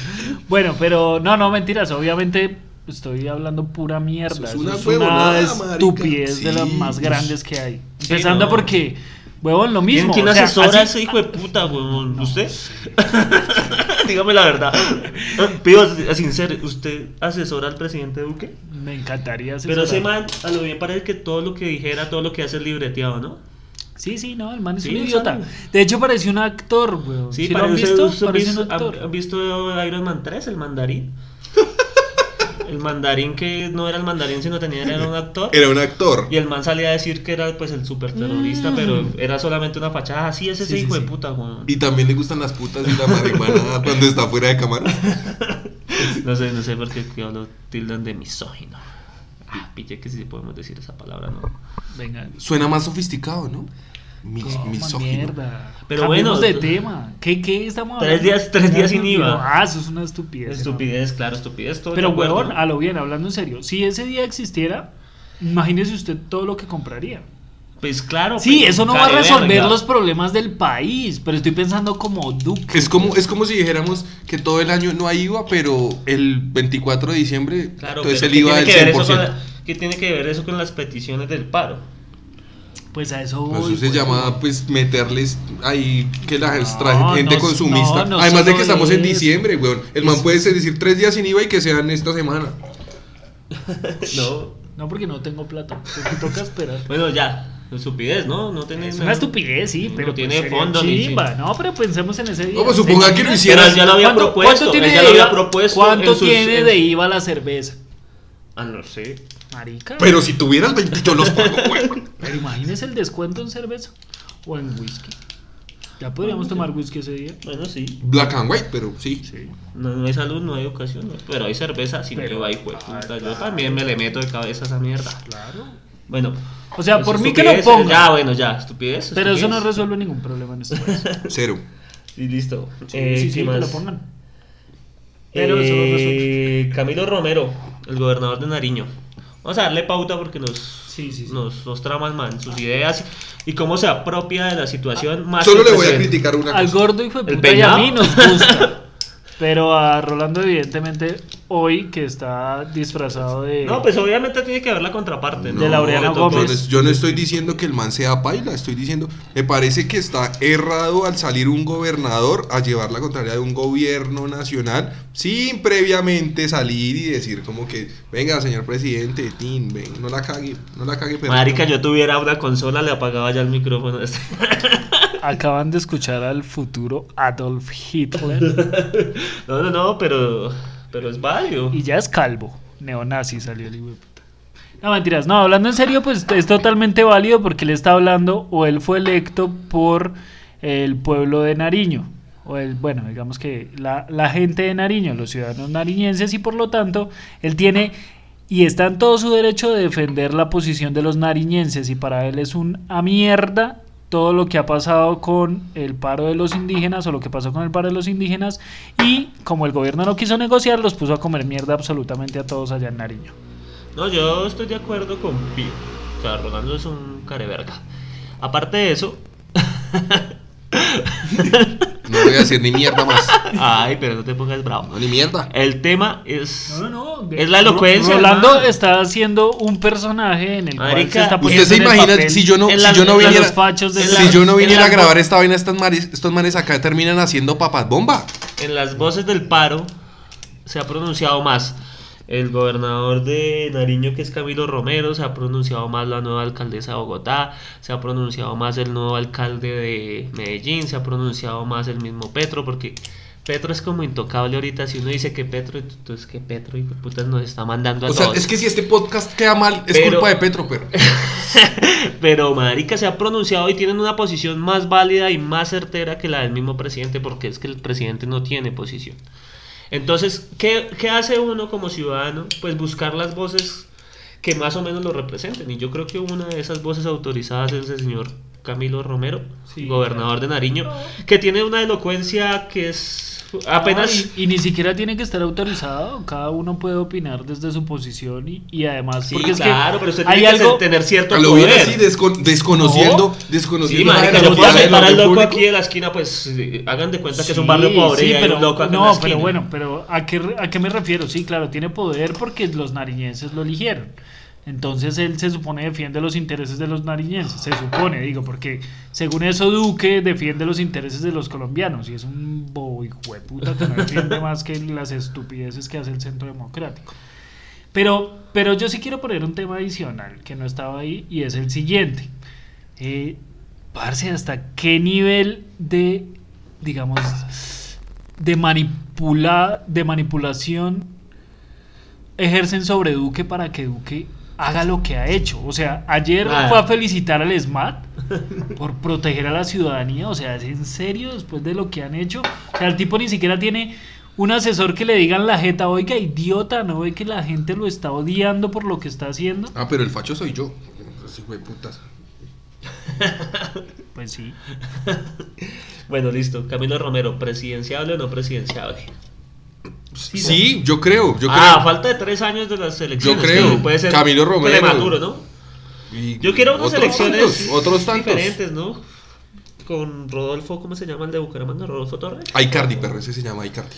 S1: Bueno, pero no, no, mentiras. Obviamente estoy hablando pura
S3: Eso
S1: mierda.
S3: es
S1: Eso
S3: una
S1: es
S3: huevonada,
S1: una
S3: marica.
S1: estupidez de las
S3: Sí.
S1: más grandes que hay.
S2: Sí,
S1: Empezando
S2: no.
S1: porque, huevón, lo
S2: ¿Quién,
S1: mismo.
S2: quién
S1: o sea,
S2: asesora a
S1: así-
S2: ese hijo de puta, weón? ¿Usted? Dígame la verdad. Pido sin ser, ¿usted asesora al presidente Duque?
S1: Me encantaría
S2: Pero ese
S1: asesorar.
S2: man, a lo bien parece que todo lo que dijera, todo lo que hace es libreteado, ¿no?
S1: Sí, sí, no, el man es
S2: Sí,
S1: un
S2: es
S1: idiota.
S2: un-
S1: De hecho, parece un actor, weón. Sí, lo han
S2: parece-
S1: visto,
S2: ¿usted
S1: parece un
S2: visto-
S1: actor.
S2: ¿Han visto Iron Man 3, el mandarín? El mandarín que no era el mandarín, sino tenía era un actor.
S3: Era un actor.
S2: Y el man salía a decir que era pues el superterrorista,
S1: Mm.
S2: pero era solamente una fachada. Así es ese
S1: Sí, sí,
S2: hijo
S1: sí.
S2: de puta, weón.
S3: Y también le gustan las putas y la marihuana cuando está fuera de cámara.
S2: No sé, no sé por qué yo lo tildan de misógino. Ah, pille que si podemos decir esa palabra, ¿no?
S1: Venga.
S3: Suena más sofisticado, ¿no?
S2: Oh,
S3: Mis,
S1: Coma
S3: misógino.
S1: mierda.
S2: Pero
S1: Cambiemos
S2: bueno,
S1: de tema. ¿Qué, qué estamos
S2: Tres días- tres días sin IVA.
S1: Ah, eso es una estupidez.
S2: Estupidez, claro, estupidez. todo
S1: hermano. Pero,
S2: de acuerdo.
S1: weón, ah, a lo bien, hablando en serio. Si ese día existiera, imagínese usted todo lo que compraría.
S2: Pues claro.
S1: Sí,
S2: pero
S1: eso no va a
S2: care
S1: resolver
S2: verga.
S1: los problemas del país. Pero estoy pensando como Duque.
S3: Es como, es como si dijéramos que todo el año no hay IVA, pero el 24 de diciembre,
S2: Claro,
S3: entonces
S2: pero
S3: el
S2: ¿qué
S3: IVA
S2: tiene
S3: del
S2: que ver eso con
S3: 100%.
S2: la- ¿Qué tiene que ver eso con las peticiones del paro?
S1: Pues a eso
S3: Pues
S1: voy.
S3: eso se
S1: weón.
S3: llama pues meterles ahí que la
S1: No,
S3: extra- gente
S1: no, no,
S3: consumista.
S1: no
S3: Además de
S1: solo
S3: que estamos en
S1: eso.
S3: diciembre, weón. El man puede ser decir tres días sin IVA y que sean esta semana.
S2: No.
S1: No, porque no tengo plata. Me toca esperar.
S2: Bueno, ya. Estupidez, ¿no? No tenés
S1: Es una estupidez, sí, pero pues
S2: No tiene
S1: sería
S2: fondo, ni
S1: chimba.
S2: sí.
S1: No, pero pensemos en ese día.
S3: No, pues suponga que lo hicieran.
S2: Pero ya lo había
S1: ¿Cuánto,
S2: propuesto,
S1: cuánto tiene,
S2: él ya
S1: de,
S2: lo había
S1: IVA?
S2: propuesto
S1: ¿Cuánto
S2: en sus-
S1: tiene
S2: en-
S1: de IVA la cerveza?
S2: Ah, no sé.
S1: Marica.
S3: Pero si tuviera el 20 yo los pago, weón.
S1: Pero imagínese el descuento en cerveza o en whisky. Ya podríamos tomar whisky ese día.
S2: Bueno, sí.
S3: Black and white, pero sí.
S2: No, no hay salud, no hay ocasión. no. Pero hay cerveza sin
S1: Pero-
S2: IVA y puta. Yo también me le meto de cabeza a esa mierda.
S1: Claro.
S2: Bueno.
S1: O sea,
S2: es
S1: por mí que lo
S2: estupidez,
S1: ponga.
S2: Ya, bueno, ya. Estupidez.
S1: Pero eso no
S2: estupidez.
S1: resuelve ningún problema en este país.
S3: Cero.
S2: Y listo.
S1: Sí,
S2: Eh,
S1: sí,
S2: ¿qué
S1: sí, que
S2: más?
S1: lo pongan. Pero eso no
S2: Eh, Camilo Romero, el gobernador de Nariño. Vamos a darle pauta porque nos,
S1: Sí, sí, sí.
S2: nos, nos trama el man, sus ideas y cómo se apropia de la situación más.
S3: Solo
S2: que
S3: le voy a
S2: presidente.
S3: criticar una
S1: Al
S3: cosa.
S1: gordo hijo de
S2: ¿El
S1: puta y a mí
S2: peinado?
S1: nos gusta. Pero a Rolando, evidentemente, hoy que está disfrazado de.
S2: No, pues obviamente tiene que haber la contraparte. ¿no?
S1: De Laureano
S2: Le tocó-
S1: Gómez.
S3: no, yo no estoy diciendo que el man sea paila, estoy diciendo, me parece que está errado al salir un gobernador a llevar la contraria de un gobierno nacional sin previamente salir y decir como que, venga, señor presidente, tin, ven, no la cague, no la cague, pero...
S2: Marica, yo tuviera una consola, le apagaba ya el micrófono. a este.
S1: Acaban de escuchar al futuro Adolf Hitler.
S2: No, no, no, pero, pero es válido.
S1: y ya es calvo. Neonazi salió el hijo de puta. No, mentiras. No, hablando en serio, pues es totalmente válido porque él está hablando o él fue electo por el pueblo de Nariño. O el, bueno, digamos que la, la gente de Nariño, los ciudadanos nariñenses, y por lo tanto, él tiene y está en todo su derecho de defender la posición de los nariñenses. Y para él es una mierda todo lo que ha pasado con el paro de los indígenas o lo que pasó con el paro de los indígenas y como el gobierno no quiso negociar los puso a comer mierda absolutamente a todos allá en Nariño.
S2: No, yo estoy de acuerdo con Pío. O sea, Rolando es un careverga. Aparte de eso.
S3: No voy a decir ni mierda más,
S2: Ay, pero no te pongas bravo.
S3: no, ni mierda.
S2: El tema es.
S1: no,
S2: de- Es la elocuencia,
S1: Rolando
S2: hermano.
S1: está haciendo un personaje en el cual
S2: Marica,
S1: se está
S2: ¿usted
S1: poniendo
S3: Usted se
S1: en el
S3: imagina
S1: papel
S3: si yo no,
S2: en la-
S3: si yo no
S2: en la-
S3: viniera,
S1: los fachos de
S2: en
S1: la-
S3: si yo no
S2: en
S3: viniera a
S2: la-
S3: grabar esta vaina, estos manes, estos manes acá terminan haciendo papas bomba.
S2: En las voces del paro se ha pronunciado más. El gobernador de Nariño, que es Camilo Romero, se ha pronunciado más la nueva alcaldesa de Bogotá, se ha pronunciado más el nuevo alcalde de Medellín, se ha pronunciado más el mismo Petro, porque Petro es como intocable ahorita. Si uno dice que Petro, entonces que Petro y putas nos está mandando a
S3: O sea,
S2: todos.
S3: es que si este podcast queda mal, es
S2: Pero-
S3: culpa de Petro, pero.
S2: Pero Marica se ha pronunciado y tienen una posición más válida y más certera que la del mismo presidente, porque es que el presidente no tiene posición. Entonces, ¿qué, qué hace uno como ciudadano? Pues buscar las voces que más o menos lo representen. Y yo creo que una de esas voces autorizadas es el señor Camilo Romero,
S1: Sí,
S2: gobernador de Nariño, que tiene una elocuencia que es apenas...
S1: No, y, y ni siquiera tiene que estar autorizado, cada uno puede opinar desde su posición y, y además
S2: Sí,
S1: porque
S2: claro,
S1: es que
S2: pero usted
S1: hay
S2: tiene
S1: algo
S2: que tener cierto
S3: A lo bien así,
S2: poder.
S3: desco- desconociendo,
S2: Sí,
S3: desconociendo la
S2: marica, yo puedo
S3: realidad del
S2: sentar al
S3: orden
S2: loco
S3: público.
S2: aquí de la esquina, pues eh, hagan de cuenta que es un
S1: Sí,
S2: barrio pobre
S1: sí,
S2: y hay
S1: pero,
S2: un loco acá en la
S1: No, pero
S2: esquina.
S1: bueno, pero ¿a qué, re- ¿a qué me refiero? Sí, claro, tiene poder porque los nariñenses lo eligieron. Entonces él se supone defiende los intereses de los nariñenses, se supone, digo, porque según eso Duque defiende los intereses de los colombianos y es un bobo hijo de puta que no defiende más que las estupideces que hace el Centro Democrático. Pero, pero yo sí quiero poner un tema adicional que no estaba ahí y es el siguiente. Eh, parce, ¿hasta qué nivel de, digamos, de, manipula, de manipulación ejercen sobre Duque para que Duque haga lo que ha hecho? O sea, ayer
S2: Nada.
S1: fue a felicitar al SMAT por proteger a la ciudadanía. O sea, ¿es en serio después de lo que han hecho? O sea, el tipo ni siquiera tiene un asesor que le digan la jeta, oiga, idiota, ¿no ve que la gente lo está odiando por lo que está haciendo?
S3: Ah, pero el facho soy yo. Así, güey, putas.
S1: Pues sí.
S2: Bueno, listo. Camilo Romero, ¿presidenciable o no presidenciable?
S3: Sí, yo creo, yo
S2: ah,
S3: creo.
S2: falta de tres años de las elecciones.
S3: Yo creo.
S2: que Puede ser
S3: Camilo Romero.
S2: Prematuro, ¿no?
S3: Y
S2: Yo quiero unas
S3: otros
S2: elecciones
S3: tantos, otros tantos.
S2: diferentes, ¿no? Con Rodolfo, ¿cómo se llama el de Bucaramanga? Rodolfo Torres.
S3: Aicardi, perro, ese se llama Aicardi.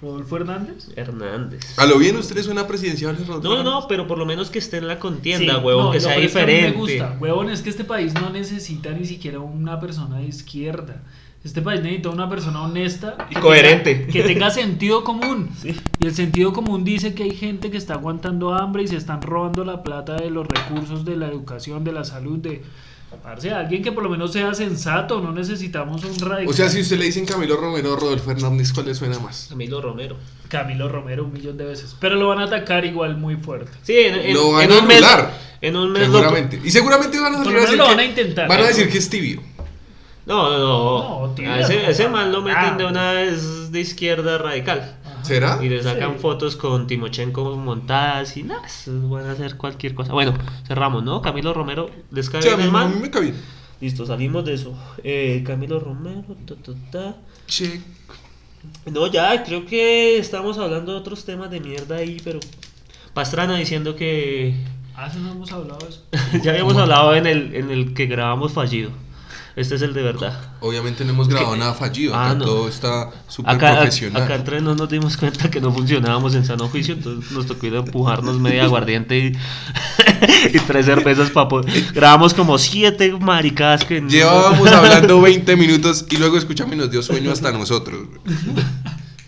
S1: ¿Rodolfo Hernández?
S2: Hernández.
S3: ¿A lo bien ustedes una presidencial?
S2: No, no, no, pero por lo menos que esté en la contienda,
S1: Sí,
S2: huevón,
S1: no,
S2: que
S1: no,
S2: sea
S1: pero es a mí
S2: diferente.
S1: Me gusta. Huevón, es que este país no necesita ni siquiera una persona de izquierda. Este país necesita una persona honesta
S2: Y
S1: que
S2: coherente.
S1: tenga- que tenga sentido común.
S2: Sí.
S1: Y el sentido común dice que hay gente que está aguantando hambre y se están robando la plata de los recursos de la educación, de la salud, de. Parce, alguien que por lo menos sea sensato, no necesitamos un radical.
S3: O sea, si usted le dicen Camilo Romero o Rodolfo Hernández, ¿cuál le suena más?
S2: Camilo Romero.
S1: Camilo Romero un millón de veces. Pero lo van a atacar igual muy fuerte.
S2: Sí, en, en-
S3: Lo van
S2: en
S3: a
S2: un mes.
S3: anular,
S2: En un mes. lo-
S3: Seguramente. Y seguramente van a,
S1: Por lo
S3: salir a
S1: menos
S3: decir
S1: lo van
S3: que-
S1: a intentar,
S3: Van a
S1: ¿no?
S3: decir que es tibio.
S2: No, no,
S1: No,
S2: no.
S1: tío.
S2: A ese, ese man lo meten
S1: Ah.
S2: de una vez de izquierda radical.
S1: Ajá.
S3: ¿Será?
S2: Y le sacan
S1: Sí.
S2: fotos con Timochenko montadas y nada, esos van a hacer cualquier cosa. Bueno, cerramos, ¿no? Camilo Romero, ¿les cae
S3: O sea, a
S2: bien el
S3: mí- a mí
S2: man?
S3: me cae bien.
S2: Listo, salimos de eso. Eh, Camilo Romero, ta, ta, ta.
S3: Che.
S2: No, ya, creo que estamos hablando de otros temas de mierda ahí, pero... Pastrana diciendo que...
S1: Ah, sí, no hemos hablado de eso.
S2: ya habíamos hablado en el, en el que grabamos fallido. Este es el de verdad.
S3: Obviamente no hemos grabado nada fallido.
S2: Ah,
S3: acá
S2: no.
S3: todo está súper
S2: Acá,
S3: profesional.
S2: acá entre nos nos dimos cuenta que no funcionábamos en sano juicio, entonces nos tocó ir a empujarnos media aguardiente y, y tres cervezas para Grabamos como siete maricadas que...
S1: Mm.
S2: no-
S3: Llevábamos hablando 20 minutos y luego escúchame, nos dio sueño hasta nosotros.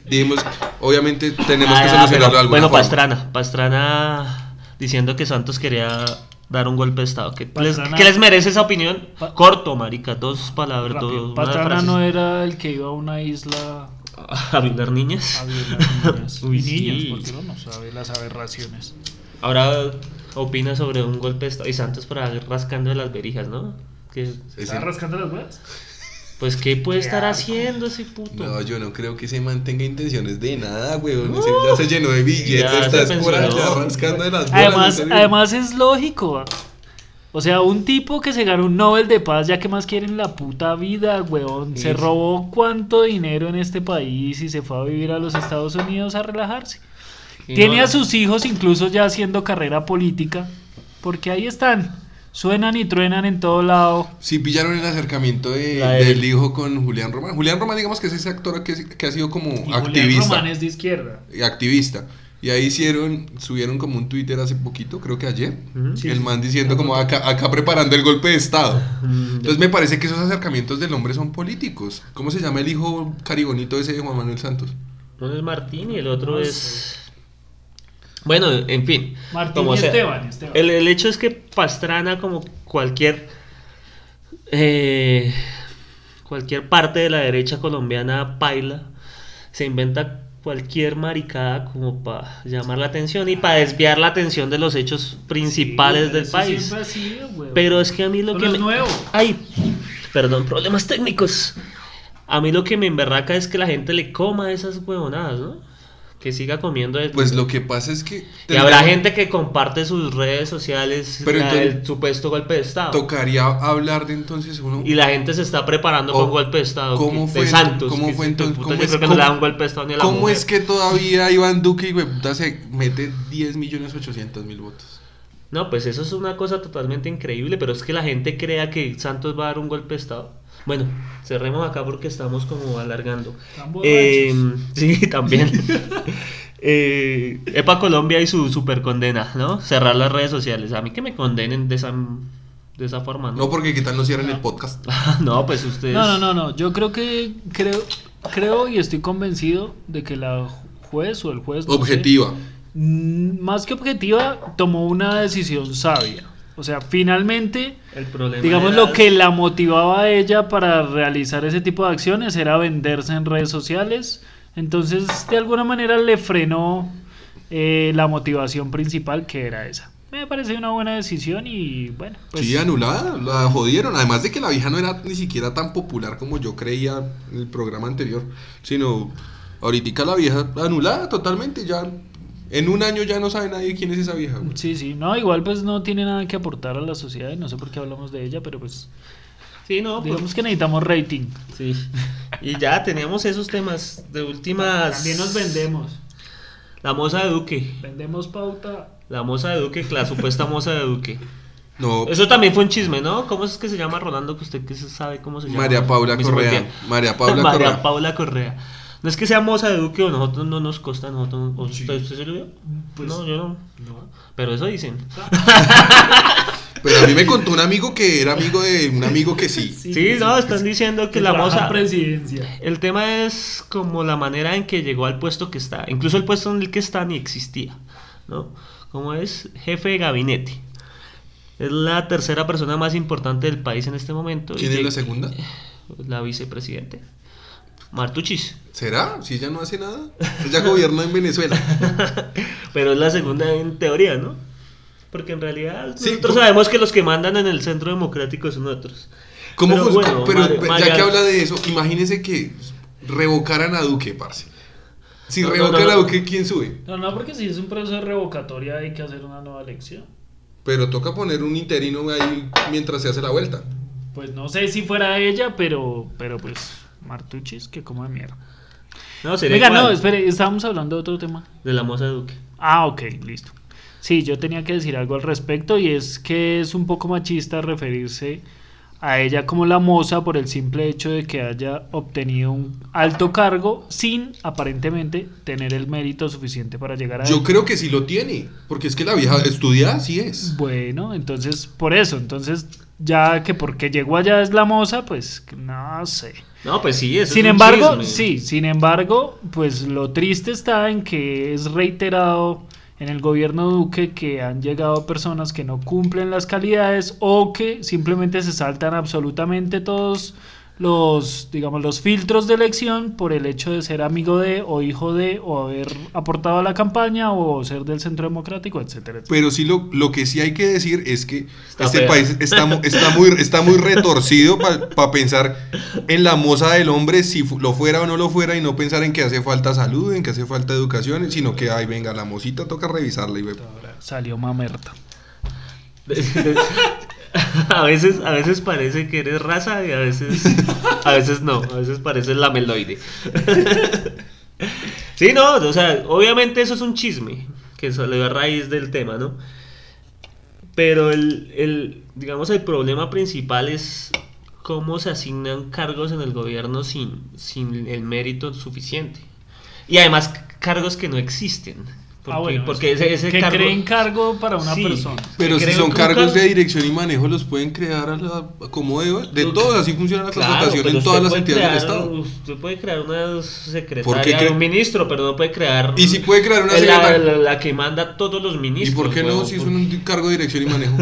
S3: Dijimos, obviamente tenemos
S2: Ah,
S3: que
S2: ya,
S3: solucionarlo
S2: pero-
S3: de alguna
S2: Bueno,
S3: forma.
S2: Pastrana, Pastrana diciendo que Santos quería dar un golpe de estado. ¿Qué, les,
S1: Pastrana-
S2: qué les merece esa opinión?
S1: Pa-
S2: Corto, marica, dos palabras,
S1: Rápido.
S2: dos una
S1: Pastrana
S2: frase.
S1: no era el que iba a una isla
S2: a violar niñas.
S1: a violar niñas.
S2: Uy,
S1: y
S2: sí.
S1: niños, porque uno no sabe las aberraciones.
S2: Ahora opina sobre un golpe de estado y Santos para ir rascando de las verijas, ¿no? Que,
S3: Ese-
S1: rascando las huevas?
S2: pues qué puede
S1: Qué
S2: estar
S1: asco.
S2: haciendo ese puto.
S3: No, yo no creo que se mantenga intenciones de nada, weón. Ese ya se llenó de billetes,
S2: Ya se
S3: estás por allá
S2: pensionó.
S3: rascando de las bolas.
S1: Además,
S3: en serio.
S1: además es lógico. O sea, un tipo que se ganó un Nobel de Paz, ya que más quieren la puta vida, weón.
S2: Sí.
S1: Se robó cuánto dinero en este país y se fue a vivir a los Estados Unidos a relajarse.
S2: Y
S1: Tiene
S2: no,
S1: a sus hijos incluso ya haciendo carrera política, porque ahí están. Suenan y truenan en todo lado.
S3: Sí, pillaron el acercamiento de-
S2: La de-
S3: del hijo con Julián Román. Julián Román, digamos que es ese actor que, que ha sido como
S1: Y Julián
S3: activista.
S1: Román es de izquierda.
S3: eh, Activista. Y ahí hicieron, subieron como un Twitter hace poquito, creo que ayer,
S2: Ujú.
S1: Sí,
S3: el
S1: sí.
S3: man diciendo como acá, acá preparando el golpe de Estado.
S2: mm,
S3: Entonces me parece que esos acercamientos del hombre son políticos. ¿Cómo se llama el hijo caribonito ese de Juan Manuel Santos?
S2: Uno es Martín y el otro
S1: No
S2: es. Bueno, en fin.
S1: Martín
S2: como
S1: y
S2: sea.
S1: Esteban, Esteban.
S2: El, el hecho es que Pastrana, como cualquier. eh, cualquier parte de la derecha colombiana paila, se inventa cualquier maricada como para llamar la atención y para desviar la atención de los hechos principales
S1: Sí,
S2: del
S1: eso
S2: país.
S1: siempre ha sido, weón.
S2: Pero es que a mí lo
S1: Pero
S2: que.
S1: es
S2: me-
S1: nuevo.
S2: Ay, perdón, problemas técnicos. A mí lo que me emberraca es que la gente le coma esas huevonadas, ¿no? Que siga comiendo. el-
S3: Pues lo que pasa es que...
S2: y habrá
S3: tendríamos-
S2: gente que comparte sus redes sociales
S3: Pero
S2: la-
S3: entonces-
S2: el supuesto golpe de Estado.
S3: Tocaría hablar de entonces uno...
S2: Y la gente se está preparando
S3: O-
S2: con golpe de Estado.
S3: Oh, ¿cómo
S2: que-
S3: fue-
S2: de Santos.
S3: cómo
S2: que
S3: fue
S2: este
S3: entonces-
S2: puta,
S3: cómo
S2: yo
S3: es-
S2: creo que no le
S3: cómo-
S2: da un golpe de Estado ni a la
S3: ¿Cómo
S2: mujer.
S3: es que todavía Iván Duque y hueputa se mete 10 millones 800 mil votos?
S2: No, pues eso es una cosa totalmente increíble, pero es que la gente crea que Santos va a dar un golpe de Estado. Bueno, cerremos acá porque estamos como alargando.
S1: Están borrachos.
S2: Eh, sí, también. Eh, Epa Colombia y su super condena, ¿no? Cerrar las redes sociales. A mí que me condenen de esa, de esa forma,
S3: No,
S2: ¿no?
S3: porque qué tal no cierren
S2: Ah.
S3: el podcast.
S2: No, pues ustedes.
S1: No, no, no, no. Yo creo que creo, creo y estoy convencido de que la juez o el juez no sé,
S3: Objetiva.
S1: mm, más que objetiva tomó una decisión sabia. O sea, finalmente,
S2: El problema.
S1: digamos
S2: era-
S1: lo que la motivaba a ella para realizar ese tipo de acciones era venderse en redes sociales. Entonces, de alguna manera le frenó eh, la motivación principal que era esa. Me parece una buena decisión y bueno, pues
S3: sí, anulada, la jodieron. Además de que la vieja no era ni siquiera tan popular como yo creía en el programa anterior, sino ahorita la vieja anulada totalmente. Ya en un año ya no sabe nadie quién es esa vieja. güey.
S1: Sí, sí, no, igual pues no tiene nada que aportar a la sociedad y no sé por qué hablamos de ella, pero pues
S2: Sí, no, pues,
S1: digamos que necesitamos rating.
S2: Sí. Y ya teníamos esos temas de últimas.
S1: También nos vendemos,
S2: La moza de Duque.
S1: vendemos pauta.
S2: La moza de Duque, la supuesta moza de Duque.
S3: No,
S2: Eso también fue un chisme, ¿no? ¿Cómo es que se llama Rolando? Que usted que se sabe cómo se llama.
S3: María Paula
S2: Me hizo
S3: Correa.
S2: voltear.
S3: María Paula
S2: María
S3: Correa.
S2: Paula Correa. No es que sea moza de Duque o nosotros no nos consta, nosotros. ¿o ¿Usted, usted se lo vio?
S1: Pues-
S2: no, yo no. Pero eso dicen.
S3: Pero a mí me contó un amigo que era amigo de un amigo que sí.
S1: Sí,
S2: Sí, no, están diciendo que la
S1: trabaja
S2: moza.
S1: en presidencia.
S2: El tema es como la manera en que llegó al puesto que está. Incluso el puesto en el que está ni existía, ¿no? Como es jefe de gabinete. Es la tercera persona más importante del país en este momento. y
S3: ¿Quién es la
S2: lleg-
S3: segunda?
S2: La vicepresidente. Martuchis.
S3: ¿Será? Si ella no hace nada. Ella gobierna en Venezuela.
S2: Pero es la segunda en teoría, ¿no? Porque en realidad
S3: Sí,
S2: nosotros
S3: por-
S2: sabemos que los que mandan en el centro democrático son otros.
S3: ¿Cómo
S2: Pero
S3: fun-
S2: bueno,
S3: pero
S2: Mar-
S3: ya
S2: María-
S3: que habla de eso, imagínese que revocaran a Duque, parce. Si
S2: No, no,
S3: revocan
S2: no,
S3: a
S2: no.
S3: Duque, ¿quién sube?
S1: No, no, porque si es un proceso de revocatoria hay que hacer una nueva elección.
S3: Pero toca poner un interino ahí mientras se hace la vuelta.
S1: Pues no sé si fuera ella, pero pero pues Martuchis que como de mierda.
S2: No, sería
S1: Venga,
S2: igual,
S1: no, espere, estábamos hablando de otro tema.
S2: de la moza de Duque.
S1: Ah, ok, listo. Sí, yo tenía que decir algo al respecto y es que es un poco machista referirse a ella como la moza por el simple hecho de que haya obtenido un alto cargo sin aparentemente tener el mérito suficiente para llegar a
S3: Yo
S1: él.
S3: creo que sí lo tiene, porque es que la vieja estudiada sí es.
S1: Bueno, entonces por eso, entonces ya que porque llegó allá es la moza, pues no sé.
S2: No, pues sí, eso
S1: Sin
S2: es un
S1: embargo,
S2: chisme.
S1: sí, sin embargo, pues lo triste está en que es reiterado en el gobierno Duque que han llegado personas que no cumplen las calidades o que simplemente se saltan absolutamente todos los, digamos, los filtros de elección por el hecho de ser amigo de o hijo de o haber aportado a la campaña o ser del Centro Democrático, etcétera. etcétera.
S3: Pero sí lo, lo que sí hay que decir es que
S2: Está
S3: este
S2: fea.
S3: país está, mu- está, muy, está muy retorcido para pensar en la moza del hombre, si fu- lo fuera o no lo fuera, y no pensar en que hace falta salud, en que hace falta educación, sino que, ay, venga, la mocita toca revisarla. Y ve-
S1: Salió mamerta.
S2: a veces a veces parece que eres raza y a veces a veces no a veces parece la meloide sí no o sea obviamente eso es un chisme que salió a raíz del tema no pero el, el digamos el problema principal es cómo se asignan cargos en el gobierno sin sin el mérito suficiente y además cargos que no existen
S3: Ah,
S1: Ah,
S2: porque, porque ese, ese
S1: que
S2: cargo-
S1: creen cargo para una
S2: Sí.
S1: persona.
S3: Pero si
S2: creo
S3: son
S2: que
S3: cargos
S2: nunca-
S3: de dirección y manejo, los pueden crear a la- como de, de
S2: Lo-
S3: todos, así funciona la
S2: Claro,
S3: contratación
S2: pero
S3: en
S2: usted
S3: todas las
S2: puede
S3: entidades del
S2: crear-
S3: Estado.
S2: Usted puede crear una
S3: ¿Por qué
S2: secretaria
S3: cre-
S2: de un ministro, pero no puede crear.
S3: Y si puede crear una
S2: la-
S3: secretaria-
S2: La, la que manda a todos los
S3: ¿Y
S2: ministros. pues,
S3: por qué no
S2: huevón,
S3: si es
S2: por-
S3: un cargo de dirección y manejo?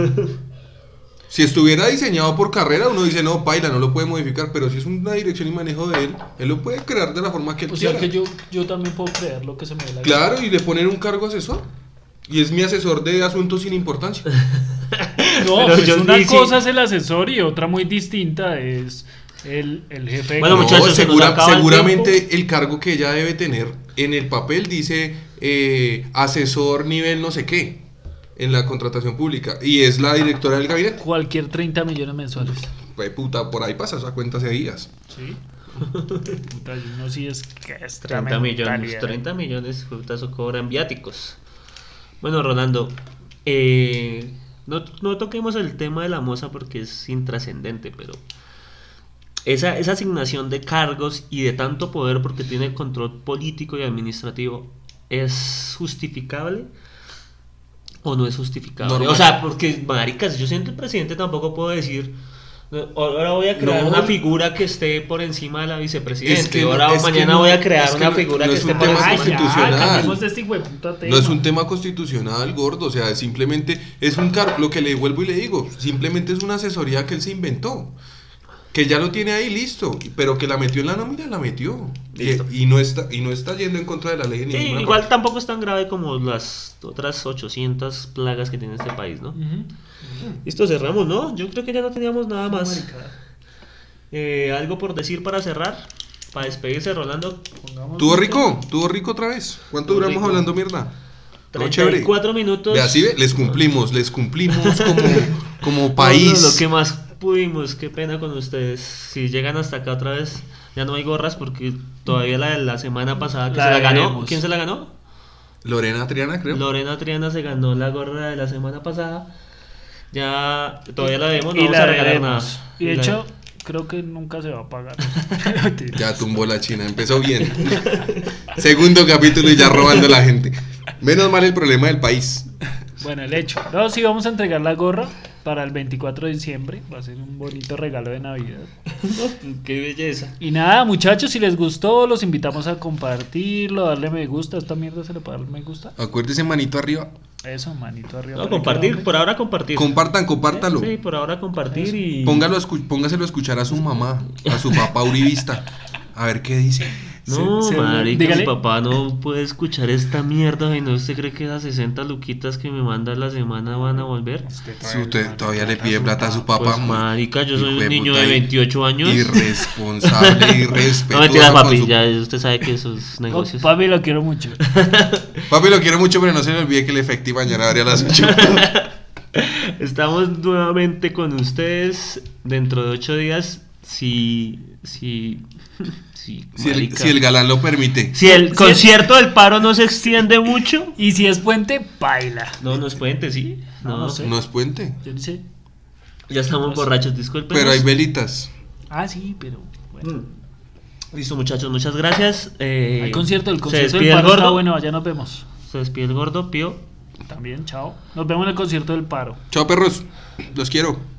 S3: Si estuviera diseñado por carrera, uno dice, no, paila, no lo puede modificar, pero si es una dirección y manejo de él, él lo puede crear de la forma que él
S1: O sea
S3: quiera.
S1: que yo, yo también puedo creer lo que se me dé la gana.
S3: Claro, y le ponen un cargo asesor. Y es mi asesor de asuntos sin importancia.
S1: No,
S2: Pero
S1: pues
S2: yo
S1: una
S2: sí, sí.
S1: cosa es el asesor y otra muy distinta es el, el jefe. de
S2: Bueno,
S1: campo.
S2: muchachos, se nos acaba el
S3: seguramente el, cargo que ella debe tener en el papel dice eh, asesor nivel no sé qué en la contratación pública. Y es la directora del gabinete.
S1: Cualquier 30 millones mensuales.
S3: Pues, puta, por ahí pasa esa cuenta hace días.
S1: Sí. Puta, yo no sí es que es
S2: 30
S3: ¿eh?
S2: millones. 30 millones, eso cobran viáticos. Bueno, Rolando, eh, no, no toquemos el tema de la moza porque es intrascendente, pero. Esa, esa asignación de cargos y de tanto poder porque tiene control político y administrativo ¿Es justificable o no es justificable?
S3: Normal.
S2: O sea, porque, maricas, yo siendo el presidente tampoco puedo decir... "No, Ahora voy a crear
S3: No.
S2: una figura que esté por encima de la vicepresidenta.
S3: Es que no,
S2: ahora o
S3: es que
S2: mañana
S3: no,
S2: voy a
S3: es
S2: crear
S3: que
S2: una
S3: no-
S2: figura
S3: no
S2: que
S3: es
S2: esté
S3: un
S2: por
S3: tema
S2: encima.
S3: constitucional.
S1: cambiemos de este hijueputa tema.
S3: No es un tema constitucional, gordo, o sea, simplemente es un cargo, lo que le vuelvo y le digo, simplemente es una asesoría que él se inventó, que ya lo tiene ahí listo, pero que la metió en la nómina, la metió.
S2: Listo.
S3: Y, y no está, y no está yendo en contra de la ley. ni
S2: Sí, igual tampoco es tan grave como las otras 800 plagas que tiene este país, ¿no? Listo, cerramos, ¿no? Yo creo que ya no teníamos nada más.
S1: Pues,
S2: Eh, ¿Algo por decir para cerrar? Para despedirse, Rolando.
S3: Tuvo rico, tuvo rico otra vez. ¿Cuánto
S2: Tuvo
S3: duramos
S2: rico.
S3: hablando mierda? No, chévere.
S2: 34 minutos.
S3: Ve, así ve, les cumplimos, les cumplimos como, como país.
S2: Todo Lo que más pudimos, qué pena con ustedes. Si llegan hasta acá otra vez, ya no hay gorras porque todavía la de la semana pasada que
S1: La
S2: se la ganó.
S1: veremos.
S2: ¿Quién se la ganó?
S3: Lorena Triana, creo.
S2: Lorena Triana se ganó la gorra de la semana pasada. Ya todavía la vemos, no
S1: Y
S2: vamos
S1: la
S2: a regalar nada.
S1: veremos. Y de
S2: la-
S1: hecho, creo que nunca se va a pagar. Mentira.
S3: Ya tumbó la China, empezó bien. Segundo capítulo y ya robando a la gente. Menos mal el problema del país.
S1: Bueno, el hecho. No, sí, vamos a entregar la gorra para el 24 de diciembre. Va a ser un bonito regalo de Navidad.
S2: qué belleza.
S1: Y nada, muchachos, si les gustó, los invitamos a compartirlo, darle me gusta. Esta mierda se le puede dar me gusta.
S3: Acuérdese, manito arriba.
S1: Eso, manito arriba.
S2: No,
S1: para
S2: compartir,
S1: que
S2: por ahora compartir.
S3: Compartan, compártalo.
S2: Sí, por ahora compartir y.
S3: Póngalo a escu- póngaselo a escuchar a su mamá, a su papá uribista. A ver qué dice.
S2: No,
S1: Se- se-
S2: marica,
S1: dígale.
S2: mi papá no puede escuchar esta mierda. Y no, ¿usted cree que las 60 luquitas que me manda la semana van a volver?
S1: Usted
S3: Si
S1: todavía
S3: usted
S1: no-
S3: todavía le pide plata a su papá,
S2: Pues, marica, yo soy
S3: hijo
S2: un niño
S3: puta,
S2: de
S3: ir-
S2: 28 años.
S3: Irresponsable, irrespetuoso.
S2: No mentiras,
S3: con
S2: papi,
S3: su-
S2: ya usted sabe que esos
S1: Oh,
S2: negocios.
S1: papi, lo quiero mucho.
S3: Papi, lo quiero mucho, pero no se le olvide que el efectivo mañana abre a las 8.
S2: Estamos nuevamente con ustedes dentro de 8 días. Si. Si. Si,
S3: Si el,
S2: marica.
S3: si el galán lo permite.
S2: Si el
S1: Si el-
S2: concierto del paro no se extiende mucho.
S1: Y si es puente, baila.
S2: No, no es puente, sí.
S1: No, no sé.
S3: No es puente.
S1: Yo no sé.
S2: Ya estamos borrachos, disculpen.
S3: Pero hay velitas.
S1: Ah, sí, pero bueno.
S2: Mm. Listo, muchachos, muchas gracias. Eh,
S1: Hay concierto, el
S2: se
S1: concierto del
S2: despide el
S1: paro está
S2: gordo.
S1: bueno, allá nos vemos.
S2: Se despide el gordo, Pío.
S1: También, chao. Nos vemos en el concierto del paro.
S3: Chao, perros. Los quiero.